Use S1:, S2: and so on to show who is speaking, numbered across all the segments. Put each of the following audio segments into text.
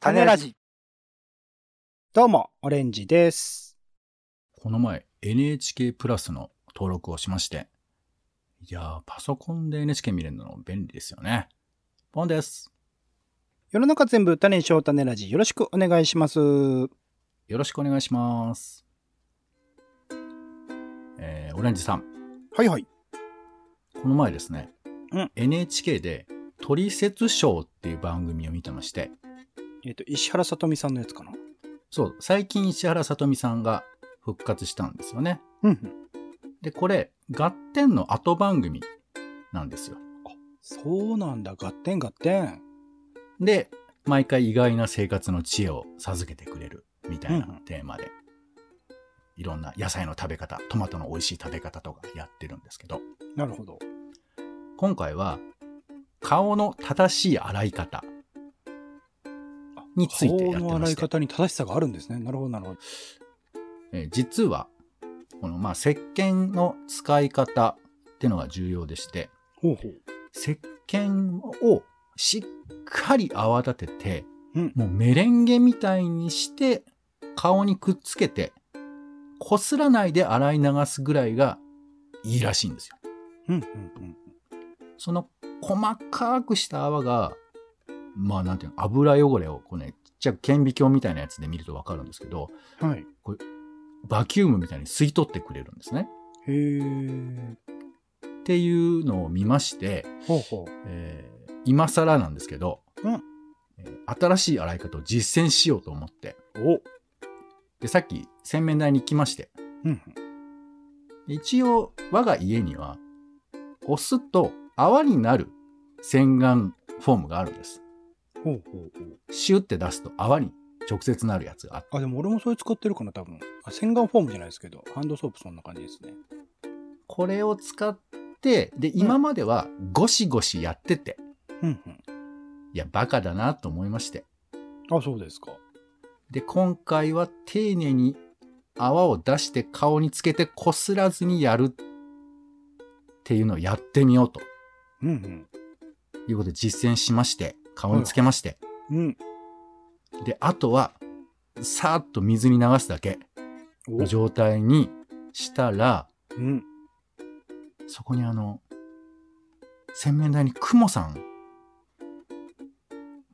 S1: 種ラジ。
S2: どうも、オレンジです。
S3: この前 NHK プラスの登録をしまして。いやー、パソコンで NHK 見れるの便利ですよね。ポンです。
S2: 世の中全部種にしよう種ラジ。よろしくお願いします。
S3: よろしくお願いします。えー、オレンジさん。
S2: はいはい。
S3: この前ですね。
S2: うん、
S3: NHK で、トリセツショーっていう番組を見てまして。
S2: えっ、と、石原さとみさんのやつかな
S3: そう、最近石原さとみさんが復活したんですよね。
S2: うんうん。
S3: で、これ、ガッテンの後番組なんですよ。
S2: そうなんだ、ガッテンガッテン。
S3: で、毎回意外な生活の知恵を授けてくれるみたいな
S2: うんうん
S3: テーマで、いろんな野菜の食べ方、トマトの美味しい食べ方とかやってるんですけど、
S2: なるほど。
S3: 今回は顔の正しい洗い方についてやって
S2: 顔の
S3: ま
S2: 洗
S3: し
S2: い
S3: て、
S2: 方に正しさがあるんですね。なるほど、なるほど。
S3: えー実は、このまあ石鹸の使い方ってのが重要でして、
S2: ほうほう。
S3: 石鹸をしっかり泡立てて、
S2: うん
S3: もうメレンゲみたいにして、顔にくっつけて、こすらないで洗い流すぐらいがいいらしいんですよ。
S2: うんうん
S3: その細かくした泡が、まあなんていうの、油汚れをこうね、ちっちゃく顕微鏡みたいなやつで見るとわかるんですけど、
S2: うん。はい。
S3: バキュームみたいに吸い取ってくれるんですね。
S2: へー。
S3: っていうのを見まして、
S2: ほうほ
S3: えー今更なんですけど、
S2: うん
S3: えー新しい洗い方を実践しようと思って、
S2: う。お
S3: で、さっき洗面台に行きまして、
S2: うん
S3: で一応我が家には、押すと泡になる洗顔フォームがあるんです。
S2: うん。ほうほうほう。
S3: シュって出すと泡に直接なるやつがあって、
S2: あ、でも俺もそれ使ってるかな、多分。あ、洗顔フォームじゃないですけど、ハンドソープそんな感じですね。
S3: これを使って、で、今まではゴシゴシやってて、
S2: うんうん。
S3: いや、バカだなと思いまして。
S2: あ、そうですか。
S3: で、今回は丁寧に泡を出して顔につけてこすらずにやるっていうのをやってみようと
S2: うん
S3: いうことで実践しまして、顔につけまして。
S2: うん。うん。
S3: で、あとは、さーっと水に流すだけの状態にしたら、
S2: うん。
S3: そこにあの、洗面台にクモさん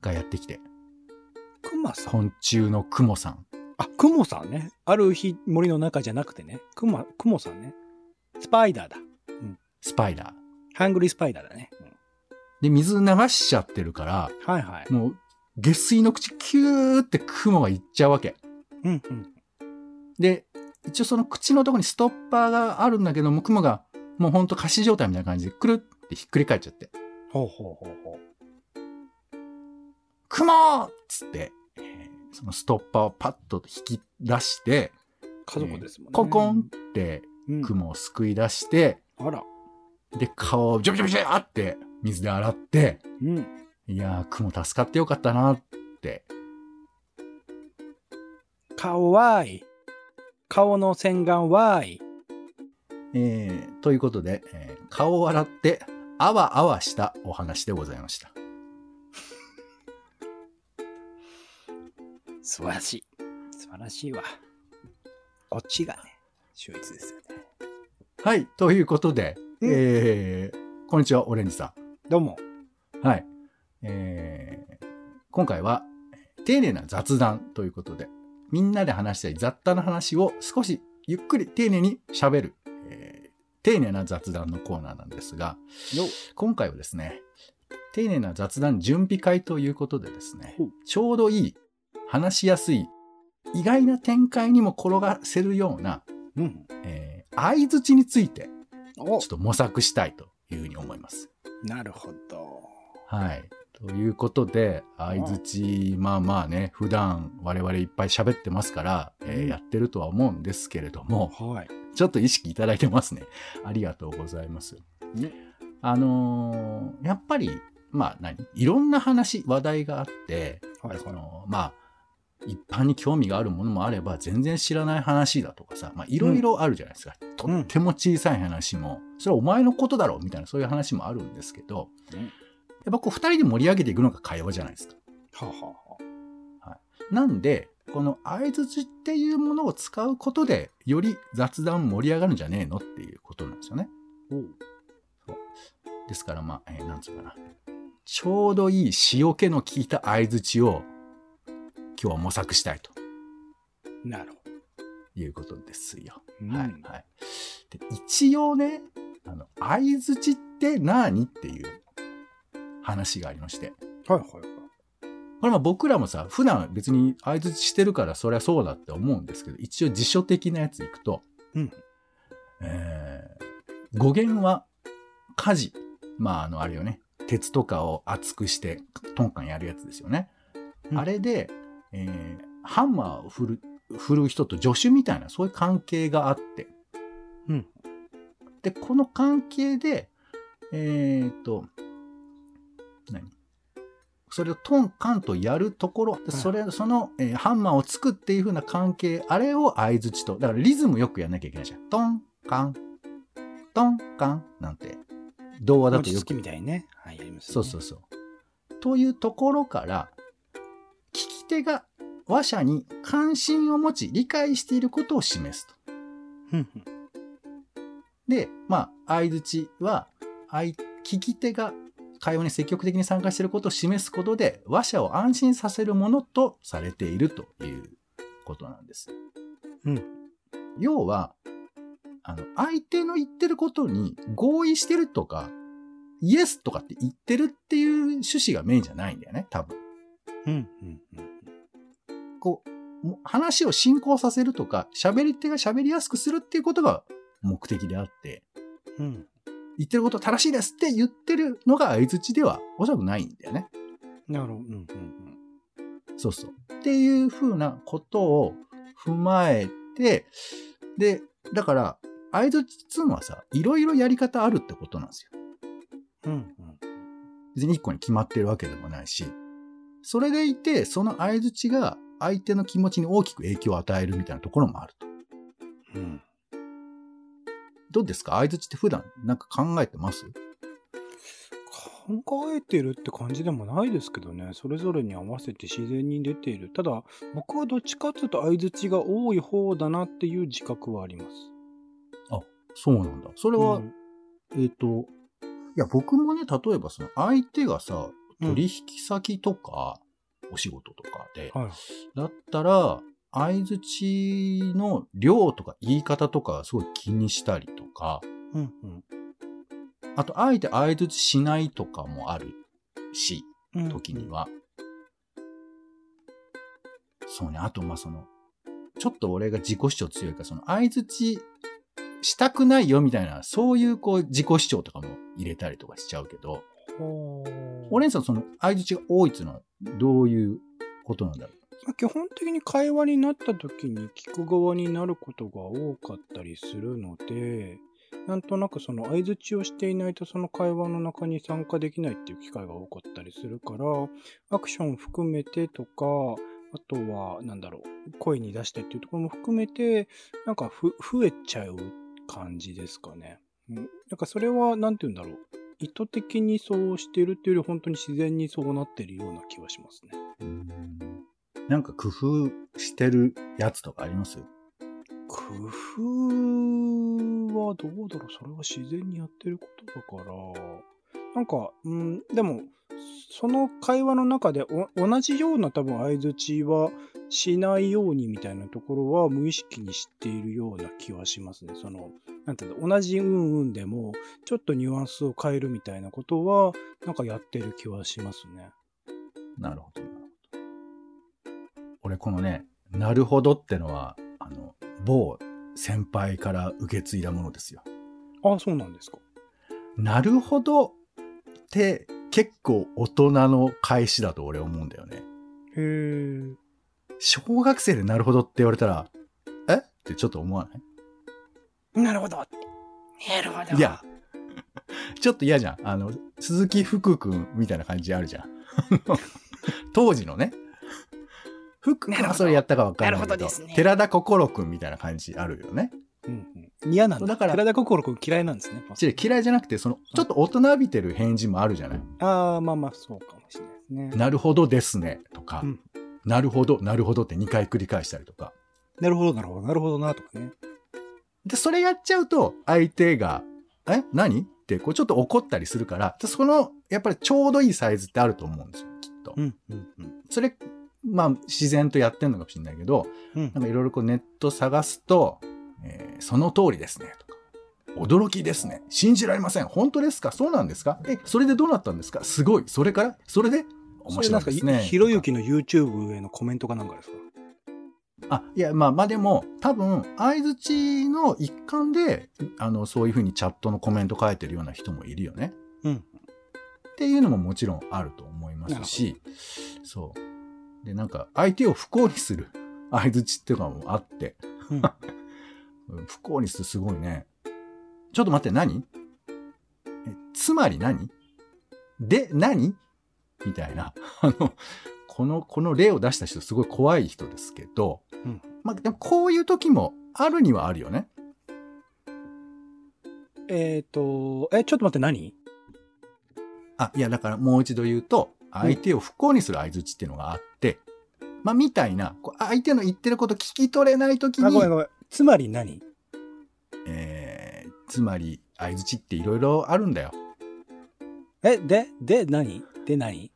S3: がやってきて、
S2: クマさん
S3: 昆虫のクモさん。
S2: あ、クモさんね。ある日、森の中じゃなくてね。クマ、クモさんね。スパイダーだ。
S3: スパイダー。
S2: ハングリースパイダーだね。
S3: で、水流しちゃってるから、
S2: うんはいはい。
S3: もう、下水の口キューってクモがいっちゃうわけ。
S2: うんうん。
S3: で、一応その口のとこにストッパーがあるんだけども、クモがもうほんと仮死状態みたいな感じでくるってひっくり返っちゃって、
S2: ほうほうほうほ
S3: クモーっつって、えーそのストッパーをパッと引き出して、
S2: う。家族ですもんね。
S3: コンコンって
S2: うん。
S3: クモをすくい出して、
S2: あら。
S3: で、顔をジョブジョブジョブって水で洗って、
S2: うん。
S3: いやー、クモ助かってよかったなって。
S2: 顔わい。顔の洗顔わい。
S3: えー、ということで、えー顔を洗って、あわあわしたお話でございました。
S2: 素晴らしい。素晴らしいわ。こっちがね、秀逸ですよね。
S3: はい、ということで、
S2: うん
S3: えー、こんにちは、オレンジさ
S2: どうも。
S3: ん。はい。えー、今回は、丁寧な雑談ということで、みんなで話したい雑多な話を少しゆっくり丁寧に喋る、えー丁寧な雑談のコーナーなんですが、
S2: よ
S3: 今回はですね、丁寧な雑談準備会ということでですね
S2: ほう、
S3: ちょうどいい、話しやすい、意外な展開にも転がせるような、
S2: うん。
S3: えー、相づちについて、
S2: お
S3: ちょっと模索したいというふうに思います。
S2: なるほど。
S3: はい。ということで、相づち、まあまあね、普段我々いっぱい喋ってますから、えー
S2: うん
S3: やってるとは思うんですけれども、
S2: はい。
S3: ちょっと意識いただいてますね。ありがとうございます。
S2: ね
S3: あのーやっぱり、まあ何いろんな話、話題があって、
S2: はい
S3: そのまあ、一般に興味があるものもあれば、全然知らない話だとかさ、まあ、いろいろあるじゃないですか。とっても小さい話も、それはお前のことだろうみたいな、そういう話もあるんですけど、
S2: うん
S3: やっぱこう、二人で盛り上げていくのが会話じゃないですか。
S2: はあはあはあ
S3: なんで、この相槌っていうものを使うことで、より雑談盛り上がるんじゃねえのっていうことなんですよね。ですからまあ、えーなんつうかな。ちょうどいい塩気の効いた相槌を、今日は模索したいと
S2: なるほど。
S3: いうことですよ。
S2: うん
S3: はい、はい。で、一応ね、あの、相槌って何っていう話がありまして。
S2: はいはいはい。
S3: これまあ僕らもさ、普段別に相槌してるからそりゃそうだって思うんですけど、一応辞書的なやついくと、
S2: うん
S3: えー語源は火事。まああのあれよね、鉄とかを熱くしてトンカンやるやつですよね。
S2: うん
S3: あれで、えーハンマーを振る、振る人と助手みたいなそういう関係があって。
S2: うん
S3: で、この関係で、えーっと、何それをトンカンとやるところ、で
S2: はい
S3: それ、その、えーハンマーをつくっていう風な関係、あれを相槌と。だからリズムよくやんなきゃいけないじゃん。トンカン、トンカンなんて、童話だと
S2: 餅
S3: よ
S2: つき
S3: く。
S2: みたいにね。はい、やります、ね。
S3: そうそうそう。というところから、聞き手が話者に関心を持ち、理解していることを示すと。
S2: うんうん。
S3: で、まあ、相槌は、相聞き手が会話に積極的に参加していることを示すことで、話者を安心させるものとされているということなんです。
S2: うん
S3: 要は、あの、相手の言ってることに合意してるとか、イエスとかって言ってるっていう趣旨がメインじゃないんだよね、多分。
S2: うんうんうん。
S3: こう、もう話を進行させるとか、喋り手が喋りやすくするっていうことが目的であって、
S2: うん。
S3: 言ってること正しいですって言ってるのが相槌ではおそらくないんだよね。
S2: なるほど。うんうんうん。
S3: そうそう。っていう風なことを踏まえて、で、だから、相槌っつうのはさ、いろいろやり方あるってことなんですよ。
S2: うんうん。
S3: 別に一個に決まってるわけでもないし、それでいて、その相槌が相手の気持ちに大きく影響を与えるみたいなところもあると。
S2: うん。
S3: どうですか相槌って普段なんか考えてます
S2: 考えてるって感じでもないですけどね。それぞれに合わせて自然に出ている。ただ、僕はどっちかっていうと相槌が多い方だなっていう自覚はあります。
S3: そうなんだ。それは、
S2: うん
S3: えっ、と、いや、僕もね、例えばその相手が
S2: う
S3: さ、
S2: ん
S3: 取引先とか、お仕事とかで、
S2: はい。
S3: だったら、相槌の量とか言い方とかすごい気にしたりとか、
S2: うんうん
S3: あと、あえて相槌しないとかもあるし、
S2: うん。
S3: 時に。は。そうね、あと、ま、あその、ちょっと俺が自己主張強いから、その相槌したくないよみたいな、そういうこう自己主張とかも入れたりとかしちゃうけど、
S2: ほー
S3: オレンジさん、その、相槌が多いっていうのは、どういうことなんだろ
S2: まあ基本的に会話になった時に聞く側になることが多かったりするのでなんとなくその相づちをしていないとその会話の中に参加できないっていう機会が多かったりするからアクション含めてとかあとはなんだろう声に出してっていうところも含めてなんかふ増えちゃう感じですかね。うんなんかそれは何て言うんだろう意図的にそうしてるっていうより本当に自然にそうなってるような気はしますね。
S3: うなんか工夫してるやつとかあります
S2: 工夫はどうだろうそれは自然にやってることだからなんかうんでもその会話の中でお同じような多分相づちはしないようにみたいなところは無意識にしているような気はしますねそのなんていうの同じうんうんでもちょっとニュアンスを変えるみたいなことはなんかやってる気はしますね
S3: なるほど、なるほど。俺、このね、なるほどってのは、あの、某先輩から受け継いだものですよ。
S2: あそうなんですか
S3: なるほどって、結構大人の返しだと俺思うんだよね。
S2: へえ
S3: 小学生でなるほどって言われたら、えってちょっと思わない
S2: なるほどなるほど
S3: いや、 ちょっと嫌じゃん。あの、鈴木福君みたいな感じあるじゃん。 当時のね。福君
S2: なるほ
S3: は
S2: ど
S3: それやったかわかんない
S2: な
S3: け
S2: る
S3: ど
S2: ほどですね
S3: 寺田心君みたいな感じあるよね。
S2: うんうん、嫌なんだ。
S3: だから
S2: 寺田心君嫌いなんですね。パス
S3: 違う嫌いじゃなくて、その、ちょっと大人びてる返事もあるじゃない。
S2: ああ、まあまあ、そうかもしれないですね。
S3: なるほどですね。とか、
S2: うん
S3: なるほど、なるほどって2回繰り返したりとか。
S2: なるほど、なるほど、なるほどな、とかね。
S3: で、それやっちゃうと、相手が、え何って、こう、ちょっと怒ったりするから、でその、やっぱりちょうどいいサイズってあると思うんですよ、きっと。
S2: うん、うん、うん。
S3: それ、まあ、自然とやってんのかもしれないけど、
S2: うん
S3: なんかいろいろこうネット探すと、えーその通りですね、とか、驚きですね、信じられません、本当ですか、そうなんですか、え、それでどうなったんですか、すごい、それから、それで、面白いです
S2: それなん
S3: ね。
S2: かひろゆきの YouTube へのコメントかなんかですか
S3: あ、いや、まあまあでも、多分、相づちの一環で、あの、そういうふうにチャットのコメント書いてるような人もいるよね。
S2: うん
S3: っていうのももちろんあると思いますし、そう。で、なんか、相手を不幸にする 相づちっていうのもあって、
S2: うん。
S3: うん 不幸にするすごいね。ちょっと待って、何えつまり何で、何みたいな。あの、この、この例を出した人、すごい怖い人ですけど、
S2: うん
S3: まあ、でもこういう時もあるにはあるよね。
S2: えっと、え、ちょっと待って、何
S3: あ、いや、だからもう一度言うと、相手を不幸にする相づちっていうのがあって、まあ、みたいな、こう相手の言ってること聞き取れない時
S2: あ、ごめん
S3: に、
S2: ごめん。つまり何
S3: えー、つまり、相づちっていろいろあるんだよ。
S2: え、で、で、何で、何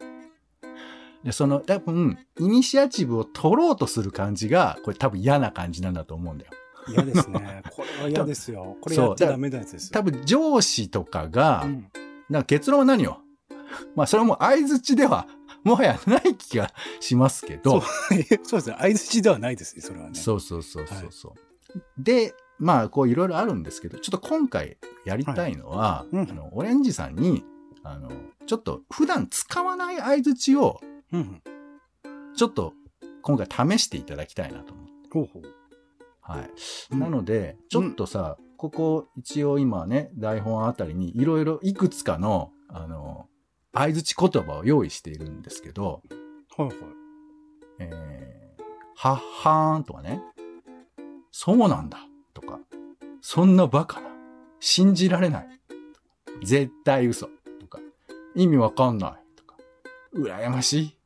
S3: で、その、多分、イニシアチブを取ろうとする感じが、これ多分嫌な感じなんだと思うんだよ。
S2: 嫌ですね。 これは嫌ですよ。これやっちゃダメなやつですよ。
S3: 多分、上司とかが、
S2: うん
S3: なんか結論は何よ まあ、それはもう相づちでは、もはやない気がしますけど、
S2: そうですね。相づちではないですね、それはね。
S3: そうそうそうそうそう。で、まあ、こういろいろあるんですけど、ちょっと今回やりたいのは、
S2: はいうん
S3: あのオレンジさんに、あの、ちょっと普段使わない相づちを、
S2: うんうん。
S3: ちょっと今回試していただきたいなと思って。
S2: ほうほう。
S3: はい。
S2: うん
S3: なので、ちょっとさ、ここ一応今ね、台本あたりにいろいろいくつかの、あの、相づち言葉を用意しているんですけど、
S2: はいはい。
S3: えー、はっはーんとかね、そうなんだとか、そんなバカな、信じられない、絶対嘘とか、意味わかんないとか、羨ましい。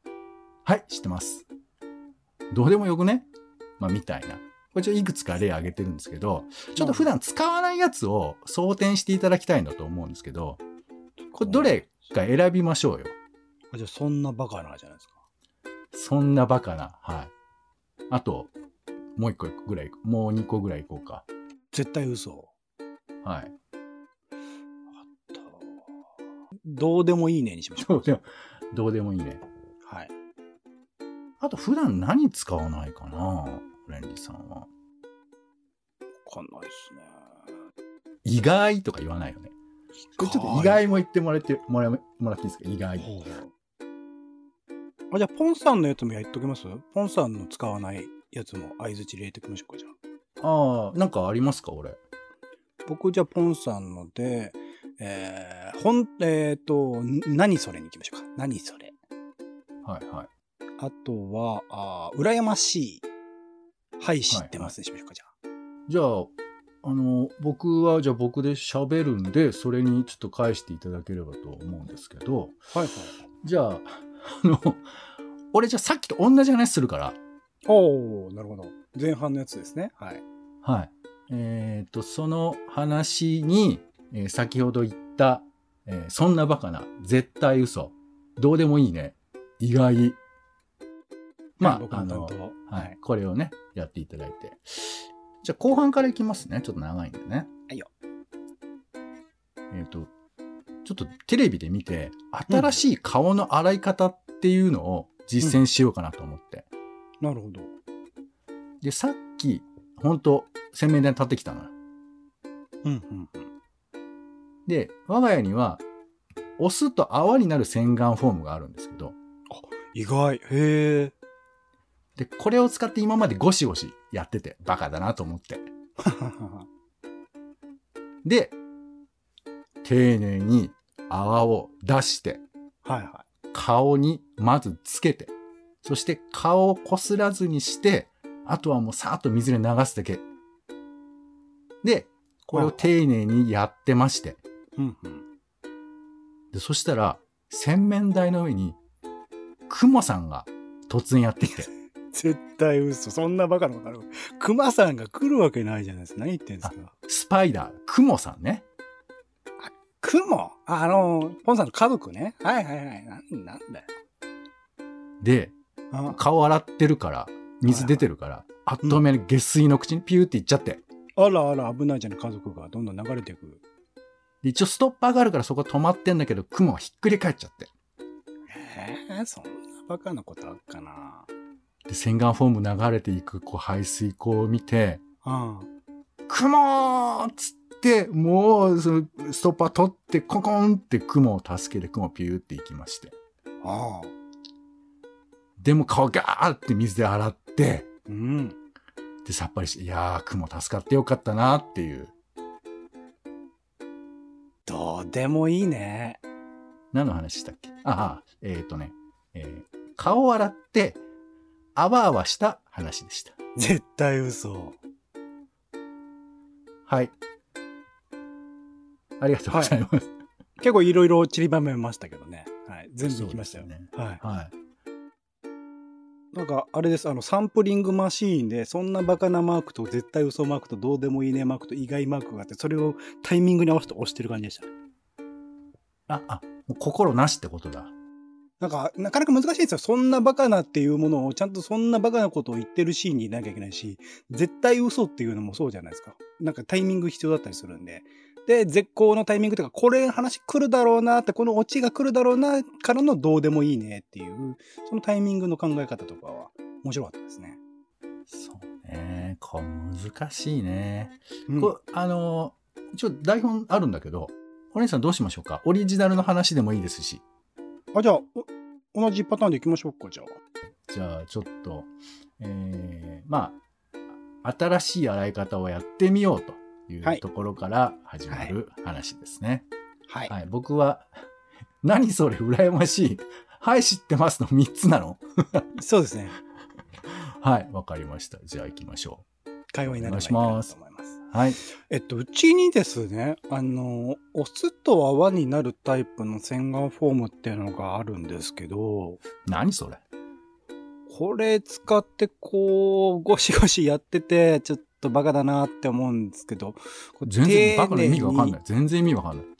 S3: はい、知ってます。どうでもよくねまあ、みたいな。これちょっといくつか例挙げてるんですけど、ちょっと普段使わないやつを想定していただきたいんだと思うんですけど、これどれか選びましょうよ。
S2: あじゃあ、そんなバカなじゃないですか。
S3: そんなバカな。はい。あと、もう一個ぐらい、もう二個ぐらいいこうか。
S2: 絶対嘘。
S3: はい。
S2: どうでもいいねにしましょ
S3: どうでも、どうでもいいね。
S2: う。はい。
S3: あと、普段何使わないかなオレンジさんは。
S2: わかんないです
S3: 意外とか言わないよね。
S2: ね。
S3: これちょっと意外も言ってもらって、もらえもらっていいですか意外。
S2: ほうほうあ、じゃあ、ポンさんのやつもやっときますポンさんの使わないやつも相づち入れてきましょうか、じゃあ。
S3: ああ、なんかありますか俺。
S2: 僕、じゃあ、ポンさんので、えー、ほん、えっ、と、ん何それに行きましょうか。何それ。
S3: はいはい。
S2: あとは、あー羨ましい。はい、知ってますにしましょうか、じゃあ。
S3: じゃあ、あの、僕は、じゃあ僕で喋るんで、それにちょっと返していただければと思うんですけど、
S2: はいはい。
S3: じゃあ、あの、俺じゃあさっきと同じ話するから、
S2: おー、なるほど。前半のやつですね。はい。
S3: はい。えっ、と、その話に、えー先ほど言った、えーそんなバカな、絶対嘘、どうでもいいね、意外。ま
S2: 僕
S3: あ、あ
S2: の担
S3: の、
S2: 当。
S3: はい、これをね、やっていただいて。じゃあ、後半からいきますね。ちょっと長いんでね。
S2: はいよ。
S3: えっ、と、ちょっとテレビで見て、新しい顔の洗い方っていうのを実践しようかなと思って。
S2: なるほど。
S3: で、さっき、ほんと、洗面台に立ってきたのよ。
S2: うんうんうん。
S3: で、我が家には、オスと泡になる洗顔フォームがあるんですけど、
S2: 意外。へ え。
S3: で、これを使って今までゴシゴシやってて、バカだなと思って。で、丁寧に泡を出して、
S2: はいは
S3: 顔にまずつけて、そして顔をこすらずにして、あとはもうさーっと水で流すだけ。で、これを丁寧にやってまして、
S2: い。うんうん。
S3: で、そしたら、洗面台の上に、クモさんが突然やってきて、
S2: 絶対嘘。そんなバカなことある。熊さんが来るわけないじゃないですか。何言ってんですか。
S3: スパイダー、クモさんね。
S2: 雲ああの、ポンさんの家族ね。はいはいはい。なんなんだよ。
S3: で、
S2: あ
S3: 顔洗ってるから、水出てるから、あっという間に下水の口にピューっていっちゃって。
S2: あらあら、危ないじゃない。家族がどんどん流れていく。
S3: で一応ストッパーがあるからそこ止まってんだけど、雲がひっくり返っちゃって。
S2: えー、そんなバカなことあっかな。
S3: で、洗顔フォーム流れていくこう排水口を見て、
S2: あ
S3: 雲っつって、もう、その、ストッパー取って、ココンって雲を助けて、雲ピューって行きまして。
S2: あ。ああ。
S3: でも顔ガーって水で洗って、
S2: うん。
S3: で、さっぱりして、いやー、雲助かってよかったなっていう。
S2: どうでもいいね。
S3: 何の話したっけああ、えっ、ー、とね、えー顔を洗って、あわあわした話でした。
S2: 絶対嘘。
S3: はい。ありがとうございます。
S2: 結構いろいろ散りばめましたけどね。はい。全部いきましたよ。
S3: そうですね
S2: はい。
S3: はい。
S2: なんか、あれです。あの、サンプリングマシーンで、そんなバカなマークと、絶対嘘マークと、どうでもいいねマークと、意外マークがあって、それをタイミングに合わせて押してる感じでしたね。
S3: あ、あ、もう心なしってことだ。
S2: なんか、なかなか難しいですよ。そんなバカなっていうものを、ちゃんとそんなバカなことを言ってるシーンにいなきゃいけないし、絶対嘘っていうのもそうじゃないですか。なんかタイミング必要だったりするんで。で、絶好のタイミングというか、これ話来るだろうなって、このオチが来るだろうなからのどうでもいいねっていう、そのタイミングの考え方とかは面白かったですね。
S3: そうね。こう難しいね。
S2: うん
S3: こうあのー、ちょっと台本あるんだけど、お姉さんどうしましょうかオリジナルの話でもいいですし。
S2: あ、じゃあ、お同じパターンでいきましょうか、じゃあ。
S3: じゃあ、ちょっと、えー、まあ、新しい洗い方をやってみようとい
S2: は
S3: う
S2: い
S3: ところから始まる話ですね。
S2: はい。
S3: はい、僕は、何それ羨ましい。はい、知ってますの3つなの
S2: そうですね。
S3: はい、わかりました。じゃあ行きましょ
S2: 会話になればいいかなと思います。
S3: う。はい。
S2: えっと、うちにですね、あの、お酢と泡になるタイプの洗顔フォームっていうのがあるんですけど、
S3: 何それ
S2: これ使ってこう、ゴシゴシやってて、ちょっとバカだなって思うんですけど、こう
S3: 全然バカの意味がわかんな
S2: 丁寧
S3: い。全然意味わかんない。
S2: に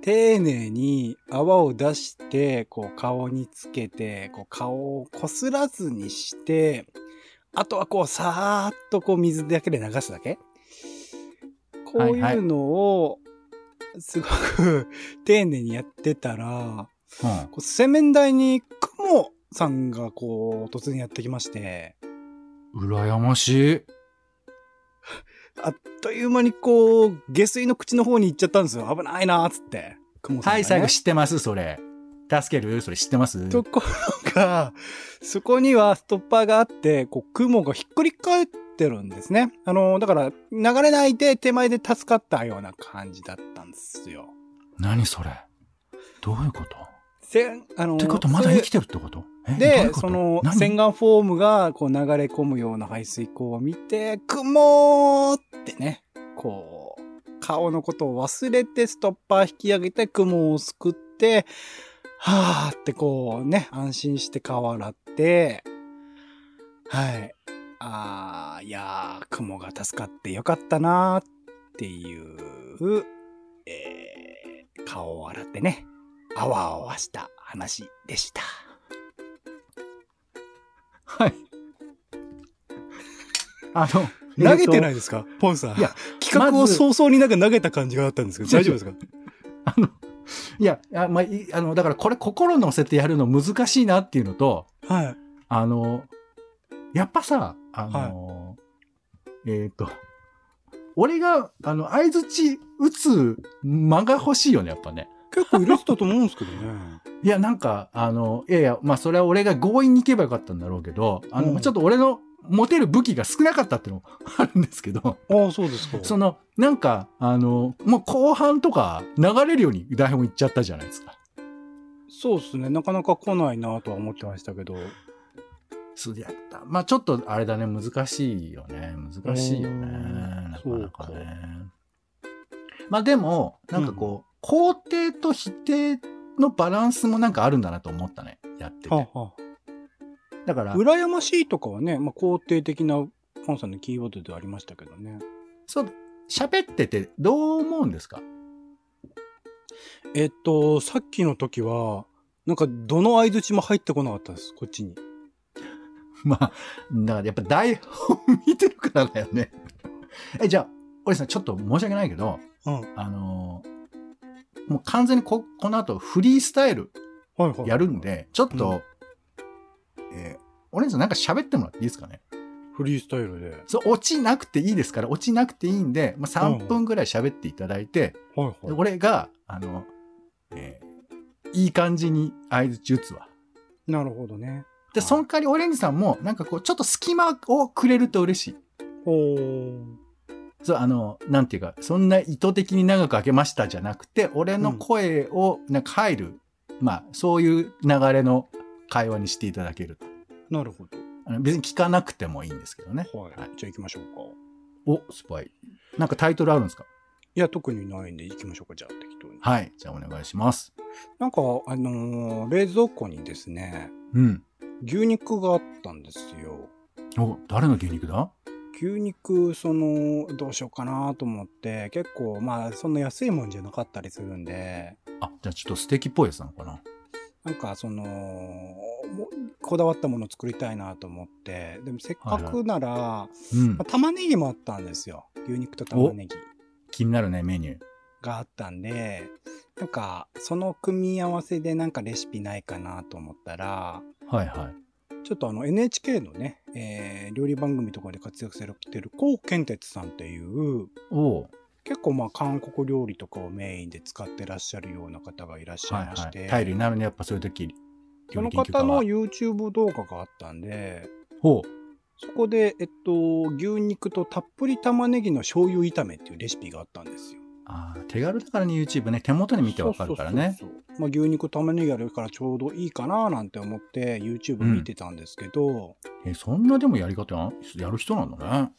S2: 丁寧に泡を出して、こう顔につけて、こう顔をこすらずにして、あとはこうさーっとこう水だけで流すだけこういうのを、すごく 丁寧にやってたら、
S3: うん
S2: こう洗面台に雲さんがこう突然やってきまして、
S3: 羨ましい。
S2: あっという間にこう下水の口の方に行っちゃったんですよ。危ないなーっつって。雲さんが、
S3: は
S2: ね。
S3: い、最後知ってますそれ。助けるそれ知ってます
S2: ところが、そこにはストッパーがあって、こう、雲がひっくり返ってるんですね。あの、だから、流れないで手前で助かったような感じだったんですよ。
S3: 何それどういうこと
S2: せん、あの、
S3: ってことまだ
S2: それ
S3: 生きてるってことえどういう
S2: で、
S3: こと
S2: その
S3: 何
S2: 洗顔フォームがこう流れ込むような排水口を見て、雲ってね、こう、顔のことを忘れてストッパー引き上げて雲をすくって、はーってこうね、安心して顔洗って、はい。あー、いやー、雲が助かってよかったなーっていう、えー、顔を洗ってね、あわあわした話でした。
S3: はい。あの、。
S2: 投げてないいですか、ポンさん。
S3: いや、
S2: 企画を
S3: まず
S2: 早々になんか投げた感じがあったんですけど、
S3: ちょ
S2: 大
S3: ち
S2: 丈夫
S3: ょ
S2: ですか
S3: あの、いや、あまあ、いあの、だからこれ心乗せてやるの難しいなっていうのと、
S2: はい。
S3: あの、やっぱさ、あの、えっ、と、俺が、あの、相づち打つ間が欲しいよね、やっぱね。
S2: 結構入れてたと思うんですけどね。
S3: いや、なんか、あの、いやいや、まあ、それは俺が強引に行けばよかったんだろうけど、あの、
S2: うん
S3: ちょっと俺の持てる武器が少なかったっていうのもあるんですけど、
S2: ああ、そうですか。
S3: その、なんか、あの、もう後半とか流れるように台本行っちゃったじゃないですか。
S2: そうですね。なかなか来ないなとは思ってましたけど。
S3: そうやった。まあ、ちょっとあれだね、難しいよね。難しいよね。
S2: うん
S3: なかなか
S2: そう
S3: ね。まあ、でも、なんかこう、肯定と否定のバランスもなんかあるんだなと思ったね。やってて。
S2: はあはあ
S3: だから、
S2: 羨ましいとかはね、まあ、肯定的なポンさんのキーワードではありましたけどね。
S3: そう、喋っててどう思うんですか
S2: えっと、さっきの時は、なんか、どの相づちも入ってこなかったです、こっちに。
S3: まあ、だからやっぱ台本見てるからだよね。 え、じゃあ、俺さん、ちょっと申し訳ないけど、
S2: うん。はい
S3: あのーもう完全にこ、この後フリースタイル
S2: はい。
S3: やるんで、ちょっと、えー、オレンジさんなんか喋ってもらっていいですかね。
S2: フリースタイルで。
S3: そう、落ちなくていいですから、落ちなくていいんで、まあ、3分ぐらい喋っていただいて、
S2: はい
S3: で
S2: はい。
S3: 俺が、あの、えーいい感じに合図打つわ。
S2: なるほどね。は
S3: で、
S2: い
S3: その代わりオレンジさんも、なんかこう、ちょっと隙間をくれると嬉しい。
S2: おー。
S3: そう、あの、なんていうか、そんな意図的に長く開けましたじゃなくて、俺の声を、なんか入る、まあ、そういう流れの会話にしていただけると。
S2: なるほ
S3: あの別に聞かなくてもいいんですけどね。
S2: ど。はい。
S3: はい
S2: じゃあ行きましょうか。
S3: お、スパイ。なんかタイトルあるんですか
S2: いや、特にないんで行きましょうか、じゃあ適当に。
S3: はい。じゃあお願いします。
S2: なんか、あのー冷蔵庫にですね、
S3: うん。
S2: 牛肉があったんですよ。
S3: お、誰の牛肉だ
S2: 牛肉、その、どうしようかなと思って、結構、まあ、そんな安いもんじゃなかったりするんで、
S3: あ、じゃあちょっとステーキっぽいやつなのかな
S2: なんか、その、もこだわったものを作りたいなと思って、でもせっかくなら、
S3: うん
S2: まあ。玉ねぎもあったんですよ。牛肉と玉ねぎ
S3: 気になるね、メニュー。
S2: があったんで、なんか、その組み合わせでなんかレシピないかなと思ったら、
S3: はいはい。
S2: ちょっとあの NHK のね、えー料理番組とかで活躍されてるコウケンテツさんっていう、
S3: おう
S2: 結構まあ韓国料理とかをメインで使ってらっしゃるような方がいらっしゃ
S3: はい
S2: まして、
S3: いはい。タイルになるね、やっぱそういう時。
S2: その
S3: 料理研究家
S2: 方の
S3: は
S2: YouTube 動画があったんで、
S3: ほ
S2: そこで、えっと、牛肉とたっぷり玉ねぎの醤油炒めっていうレシピがあったんですよ。
S3: う。ああ、手軽だからね、YouTube ね。手元に見てわかるからね。
S2: そうそうそうそうまあ、牛肉玉ねぎあるからちょうどいいかななんて思って YouTube 見てたんですけど、
S3: え、そんなでもやり方ややる人なんだ ね。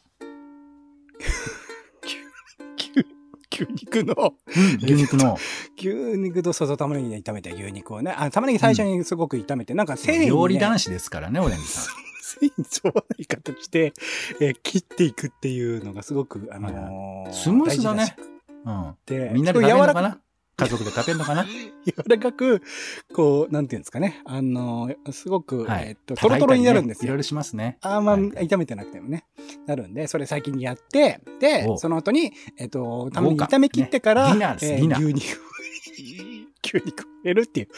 S2: 牛肉の
S3: うん、牛肉の。
S2: 牛肉とそうそう玉ねぎで炒めて牛肉をねあ玉ねぎ最初にすごく炒めて、なんか繊維に、ね、
S3: 料理男子ですからね、オレンジさん。
S2: 繊維に沿わない形で、えー切っていくっていうのがすごくあのー
S3: スムースだね
S2: 大事しく
S3: うん。
S2: て
S3: みんなで食
S2: すごい柔
S3: べるの
S2: ら
S3: か
S2: か
S3: な家族で食べるの かな
S2: 柔らかくこうなんていうんですかねあのーすごく、
S3: はい
S2: えーっとトロトロになるんです
S3: いろ
S2: よ
S3: いろしますね。
S2: あんまあ
S3: はい
S2: 炒めてなくてもね。なるんで、それ先にやって、で
S3: お、
S2: その後に、えっと、たまに
S3: 豪華
S2: 炒め切ってから、
S3: ねディナーです
S2: え
S3: ディナー
S2: 牛肉を、 牛肉を入れるっていう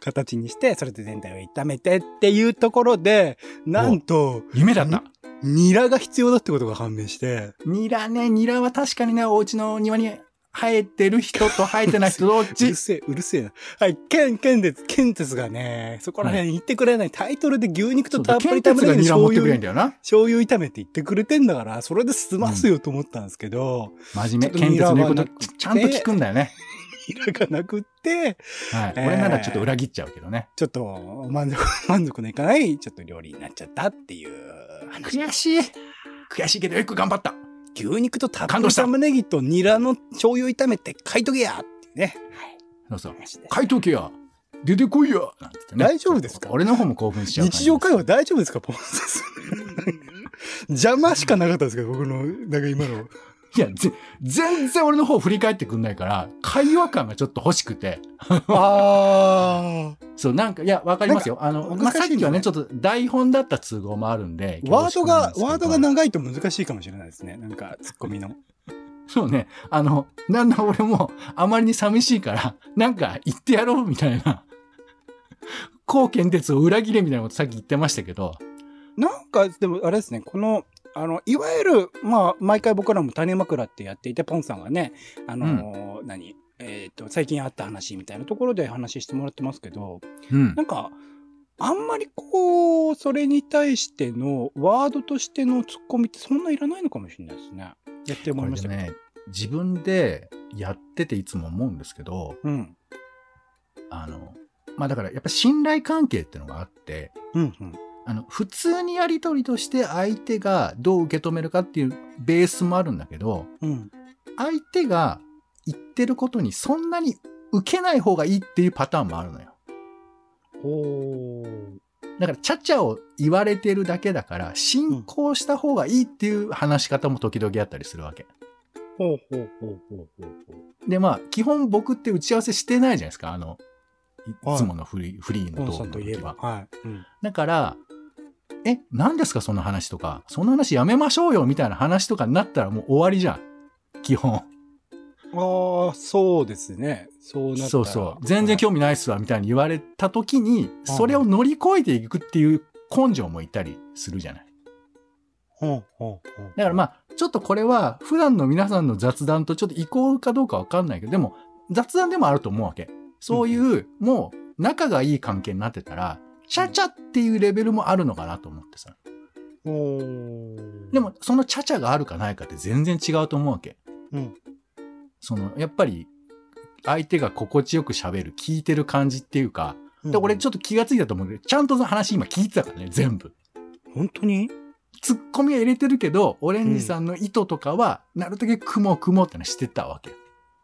S2: 形にして、それで全体を炒めてっていうところで、なんと、
S3: 夢だった。
S2: ニラが必要だってことが判明して、
S3: ニラね、ニラは確かにね、お家の庭に生えてる人と生えてない人、どっ
S2: う
S3: ち
S2: るせえ、うるせえな。はい、ケン、ケンです、ケンテスがね、そこら辺言ってくれない、タイトルで牛肉
S3: そ
S2: と
S3: う
S2: た
S3: だ
S2: っぷ
S3: ケ
S2: り
S3: ンテ
S2: 食
S3: ツ
S2: べ
S3: が
S2: る
S3: ニラ持
S2: 醤
S3: ってくれん
S2: 油、
S3: だよな。
S2: 醤油炒めって言ってくれてんだから、それで済ますよと思ったんですけど、
S3: 真
S2: ちょ
S3: 面
S2: っと
S3: 目。ケンテツの言うこ
S2: ニラはなく
S3: と
S2: て
S3: ちゃんと聞くんだよね。
S2: ニラがなくって、
S3: はい。
S2: えー
S3: 俺ならちょっと裏切っちゃうけどね。
S2: ちょっと満足、 満足のいかない、ちょっと料理になっちゃったっていう話。
S3: 悔しい。悔しいけどよく頑張った。
S2: 牛肉とたっ
S3: 感
S2: ぷ
S3: 動
S2: り
S3: した
S2: 玉ねぎとニラの醤油炒めて買いとけやっていうね。
S3: そうそう。
S2: 話です
S3: 回答機や。出てこいや。なんて言ってね
S2: 大丈夫ですか
S3: 俺の方も興奮しちゃう感じで
S2: 日
S3: す。
S2: 常会話大丈夫です か、ポンセス。 邪魔しかなかったですけど、僕の、なんか今の。
S3: いや、ぜ全然俺の方振り返ってくんないから、会話感がちょっと欲しくて。
S2: あ
S3: そう、なんか、いや、わかりますよ。あの、
S2: 難しい
S3: まあ、さっきはね、
S2: ね
S3: ちょっと台本だった都合もあるんで。
S2: ワードが、
S3: 恐縮
S2: ワー
S3: なん
S2: ド
S3: ですけど
S2: が長いと難しいかもしれないですね。なんか、ツッコミの。
S3: そうね。あの、なんだ俺も、あまりに寂しいから、なんか言ってやろうみたいな。 高健鉄を裏切れみたいなことさっき言ってましたけど。
S2: なんか、でもあれですね、この、あの、いわゆる、まあ、毎回僕らも種枕ってやっていて、ポンさんがね、あのー何えっ、と、最近あった話みたいなところで話してもらってますけど、
S3: うん
S2: な。んか、あんまりこう、それに対しての、ワードとしてのツッコミってそんないらないのかもしれないですね。やって
S3: こ
S2: 思い
S3: れ
S2: まし
S3: で
S2: たけど。
S3: ね、自分でやってていつも思うんですけど、
S2: うん。
S3: あの、まあだからやっぱ信頼関係ってのがあって、
S2: うん、うん。
S3: あの、普通にやりとりとして相手がどう受け止めるかっていうベースもあるんだけど、
S2: うん。
S3: 相手が言ってることにそんなに受けない方がいいっていうパターンもあるのよ。
S2: ほー。
S3: だから、ちゃちゃを言われてるだけだから、進行した方がいいっていう話し方も時々あったりするわけ。
S2: ほうほうほうほうほうほう。
S3: で、まあ、基本僕って打ち合わせしてないじゃないですか、あの、い
S2: はい
S3: いつものフリー,、フリー
S2: ポ
S3: の
S2: ン
S3: トー
S2: さ
S3: ク
S2: ん
S3: の
S2: といえ
S3: 時
S2: ば
S3: は。。
S2: はい。うん。
S3: だから、え、何ですかその話とか、その話やめましょうよみたいな話とかになったらもう終わりじゃん。基本。
S2: ああ、そうですね。そうなったら
S3: そうそう。全然興味ないっすわみたいに言われた時に、
S2: うん
S3: それを乗り越えていくっていう根性もいたりするじゃない。
S2: ほんほんほん。
S3: だからまあ、ちょっとこれは普段の皆さんの雑談とちょっと移行かどうかわかんないけど、でも雑談でもあると思うわけ。そういう、もう仲がいい関係になってたら、ちゃちゃっていうレベルもあるのかなと思ってさ。
S2: おー
S3: でも、、そのちゃちゃがあるかないかって全然違うと思うわけ。
S2: うん。
S3: その、やっぱり、相手が心地よく喋る、聞いてる感じっていうか、で、俺ち
S2: ょ
S3: ょっと気がついたと思うけど、ちゃんとその話今聞いてたからね、全部。
S2: 本当に
S3: ツッコミは入れてるけど、オレンジさんの意図とかは、なるだけ雲雲ってのはしてたわけ。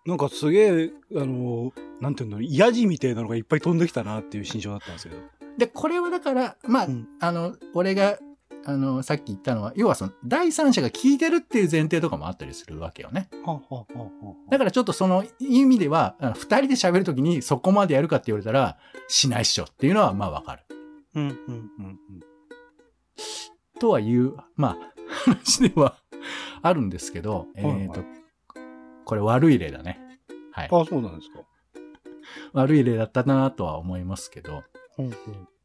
S2: なんかすげえ、あのー、なんていうの、ヤジみたいなのがいっぱい飛んできたなっていう心象だったんですけど。
S3: で、これはだから、まあ、
S2: うん
S3: あの、俺が、あの、さっき言ったのは、要はその、第三者が聞いてるっていう前提とかもあったりするわけよね。
S2: はははは
S3: だからちょっとその意味では、あの二人で喋るときにそこまでやるかって言われたら、しないっしょっていうのは、まあわかる。
S2: うんうんうんうん。
S3: とはいう、まあ、話では あるんですけど、
S2: いはい
S3: えっ、と、これ悪い例だね。はい。
S2: あ、そうなんですか。
S3: 悪い例だったなとは思いますけど。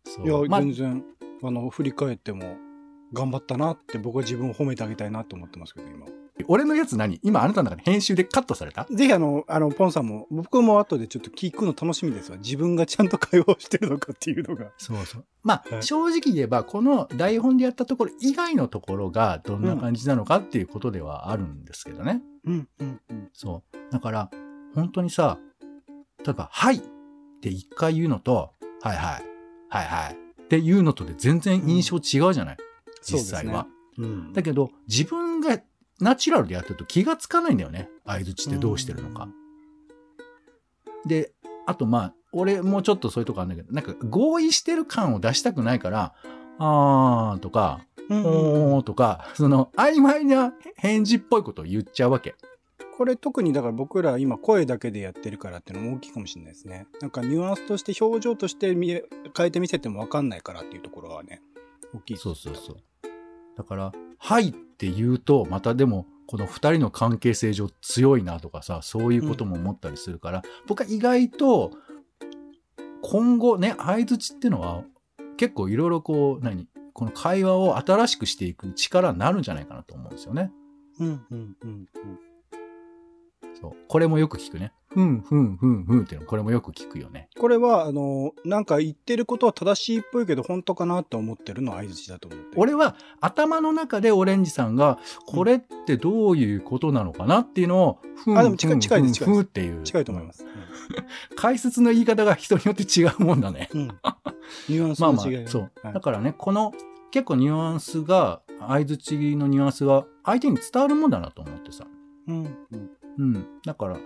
S3: そう
S2: いや、
S3: まあ
S2: 全然、あの、振り返っても、頑張ったなって僕は自分を褒めてあげたいなと思ってますけど、今。
S3: 俺のやつ何今あなたの中で編集でカットされた
S2: ぜひあの、あの、ポンさんも、僕も後でちょっと聞くの楽しみですわ。自分がちゃんと会話をしてるのかっていうのが。
S3: そうそう。ま
S2: は
S3: あ、
S2: い
S3: 正直言えば、この台本でやったところ以外のところがどんな感じなのかっていうことではあるんですけどね。
S2: うんうんうん。
S3: そう。だから、本当にさ、例えば、はいって一回言うのと、はいはい、はいはいって言うのとで全然印象違うじゃない、実際は、
S2: そうですね。うん。
S3: だけど、自分がナチュラルでやってると気がつかないんだよね。相づちってどうしてるのか。で、あとまあ、俺もちょっとそういうとこあるんだけど、なんか合意してる感を出したくないから、あーとか、
S2: うんうんうん
S3: おーとか、その曖昧な返事っぽいことを言っちゃうわけ。
S2: これ特にだから僕ら今声だけでやってるからっていうのも大きいかもしれないですね。なんかニュアンスとして表情として見え変えてみせてもわかんないからっていうところがね、大きい。
S3: そうそうそう。だから、はいって言うと、またでも、この二人の関係性上強いなとかさ、そういうことも思ったりするから、僕は意外と、今後ね、相づちってのは、結構いろいろこう、何この会話を新しくしていく力になるんじゃないかなと思うんですよね。
S2: うんうんうん
S3: そう。これもよく聞くね。ふんふんふんふんっていうの、これもよく聞くよね。
S2: これは、あの、なんか言ってることは正しいっぽいけど、本当かなと思ってるのは相槌だと思ってる。
S3: 俺は頭の中でオレンジさんが、これってどういうことなのかなっていうのを、ふん
S2: あでも近い
S3: ふん
S2: 近いです近いで
S3: ふ
S2: す
S3: んふんっていう。
S2: 近いと思います。
S3: 解説の言い方が人によって違うもんだね。
S2: うん。うんニュアンス
S3: ま
S2: の
S3: あ
S2: 違い
S3: まあ
S2: がね、、
S3: そう。
S2: はい
S3: だからね、この結構ニュアンスが、相づちのニュアンスが相手に伝わるもんだなと思ってさ。
S2: うんうん。
S3: うん。だから、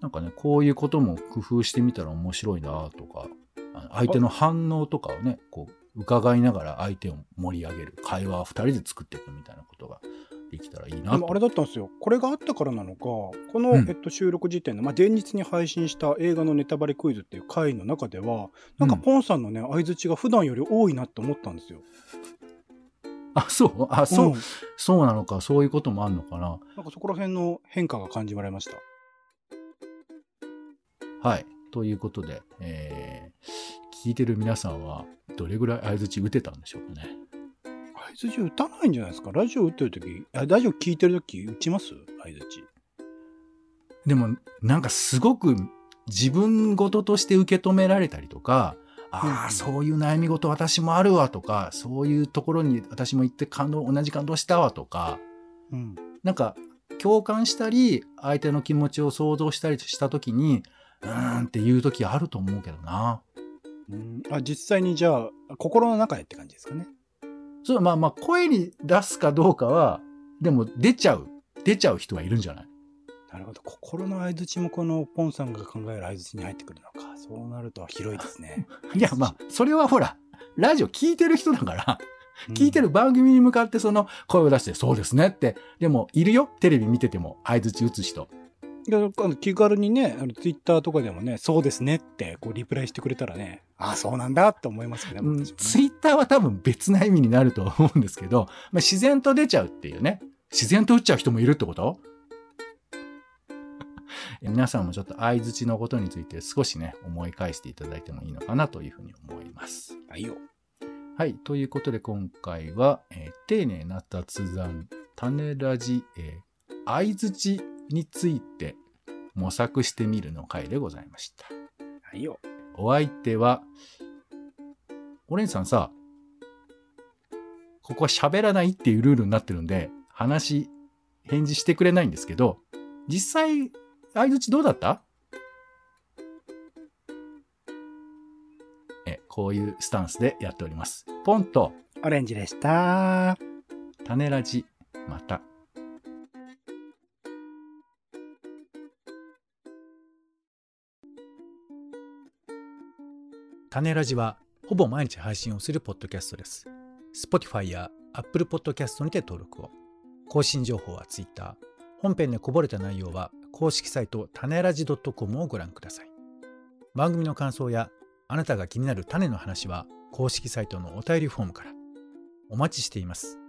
S3: なんかね、こういうことも工夫してみたら面白いなとか、あの相手の反応とかをね、こう、伺いながら相手を盛り上げる、会話を二人で作っていくみたいなことができたらいいな
S2: で
S3: と
S2: もあれだったんですよ。これがあったからなのか、この、
S3: うん
S2: えっと、収録時点で、まあ、前日に配信した映画のネタバレクイズっていう回の中では、なんか
S3: うん
S2: ポンさんのね、相づちが普段より多いなって思ったんですよ。
S3: あ、そうあ、そう、
S2: ん
S3: そうなのか、そういうこともあるのかな。
S2: なんかそこら辺の変化が感じられました。
S3: はい。ということで、えー聞いてる皆さんは、どれぐらい相づち打てたんでしょうかね。
S2: 相づち打たないんじゃないですかラジオ打ってる時、あラジオ聞いてる時打ちます相づち。
S3: でも、なんかすごく自分事として受け止められたりとか、
S2: うん
S3: あ
S2: うん
S3: あ、そういう悩み事私もあるわとか、そういうところに私も行って感動、同じ感動したわとか、
S2: うん。
S3: なんか共感したり、相手の気持ちを想像したりしたときに、うーんっていう時あると思うけどな。
S2: うんあ実際にじゃあ、心の中でって感じですかね。
S3: そう、まあまあ、声に出すかどうかは、でも出ちゃう、出ちゃう人はいるんじゃない
S2: なるほど。心の相づちもこのポン
S3: 。
S2: さんが考える相づちに入ってくるのか。そうなると広いですね
S3: いや、まあ、それはほら、ラジオ聞いてる人だから、
S2: うん
S3: 聞いてる番組に向かってその声を出して、そうですねって。でも、いるよ。テレビ見てても、相槌打つ人。
S2: いやあの気軽にね、あのツイッターとかでもね、そうですねってこうリプライしてくれたらね、ああ、そうなんだって思いますよね、
S3: うん
S2: 僕たち
S3: ツイッターは多分別な意味になるとは思うんですけど、まあ、自然と出ちゃうっていうね。自然と打っちゃう人もいるってこと え皆さんもちょっと相槌のことについて少しね、思い返していただいてもいいのかなというふうに思います。
S2: もね。はいよ。
S3: はい。ということで今回は、えー丁寧な雑談、種ラジ、えー、相槌について模索してみるの回でございました。
S2: はいよ。
S3: お相手は、オレンジさんさ、ここは喋らないっていうルールになってるんで、話、返事してくれないんですけど、実際、相槌どうだったえ、こういうスタンスでやっております。ポンと、
S2: オレンジでした。
S3: 種ラジ、また。
S1: 種ラジはほぼ毎日配信をするポッドキャストです。Spotify や Apple Podcast にて登録を。更新情報は Twitter。本編でこぼれた内容は公式サイト種ラジ .com をご覧ください。番組の感想やあなたが気になる種の話は公式サイトのお便りフォームから。お待ちしています。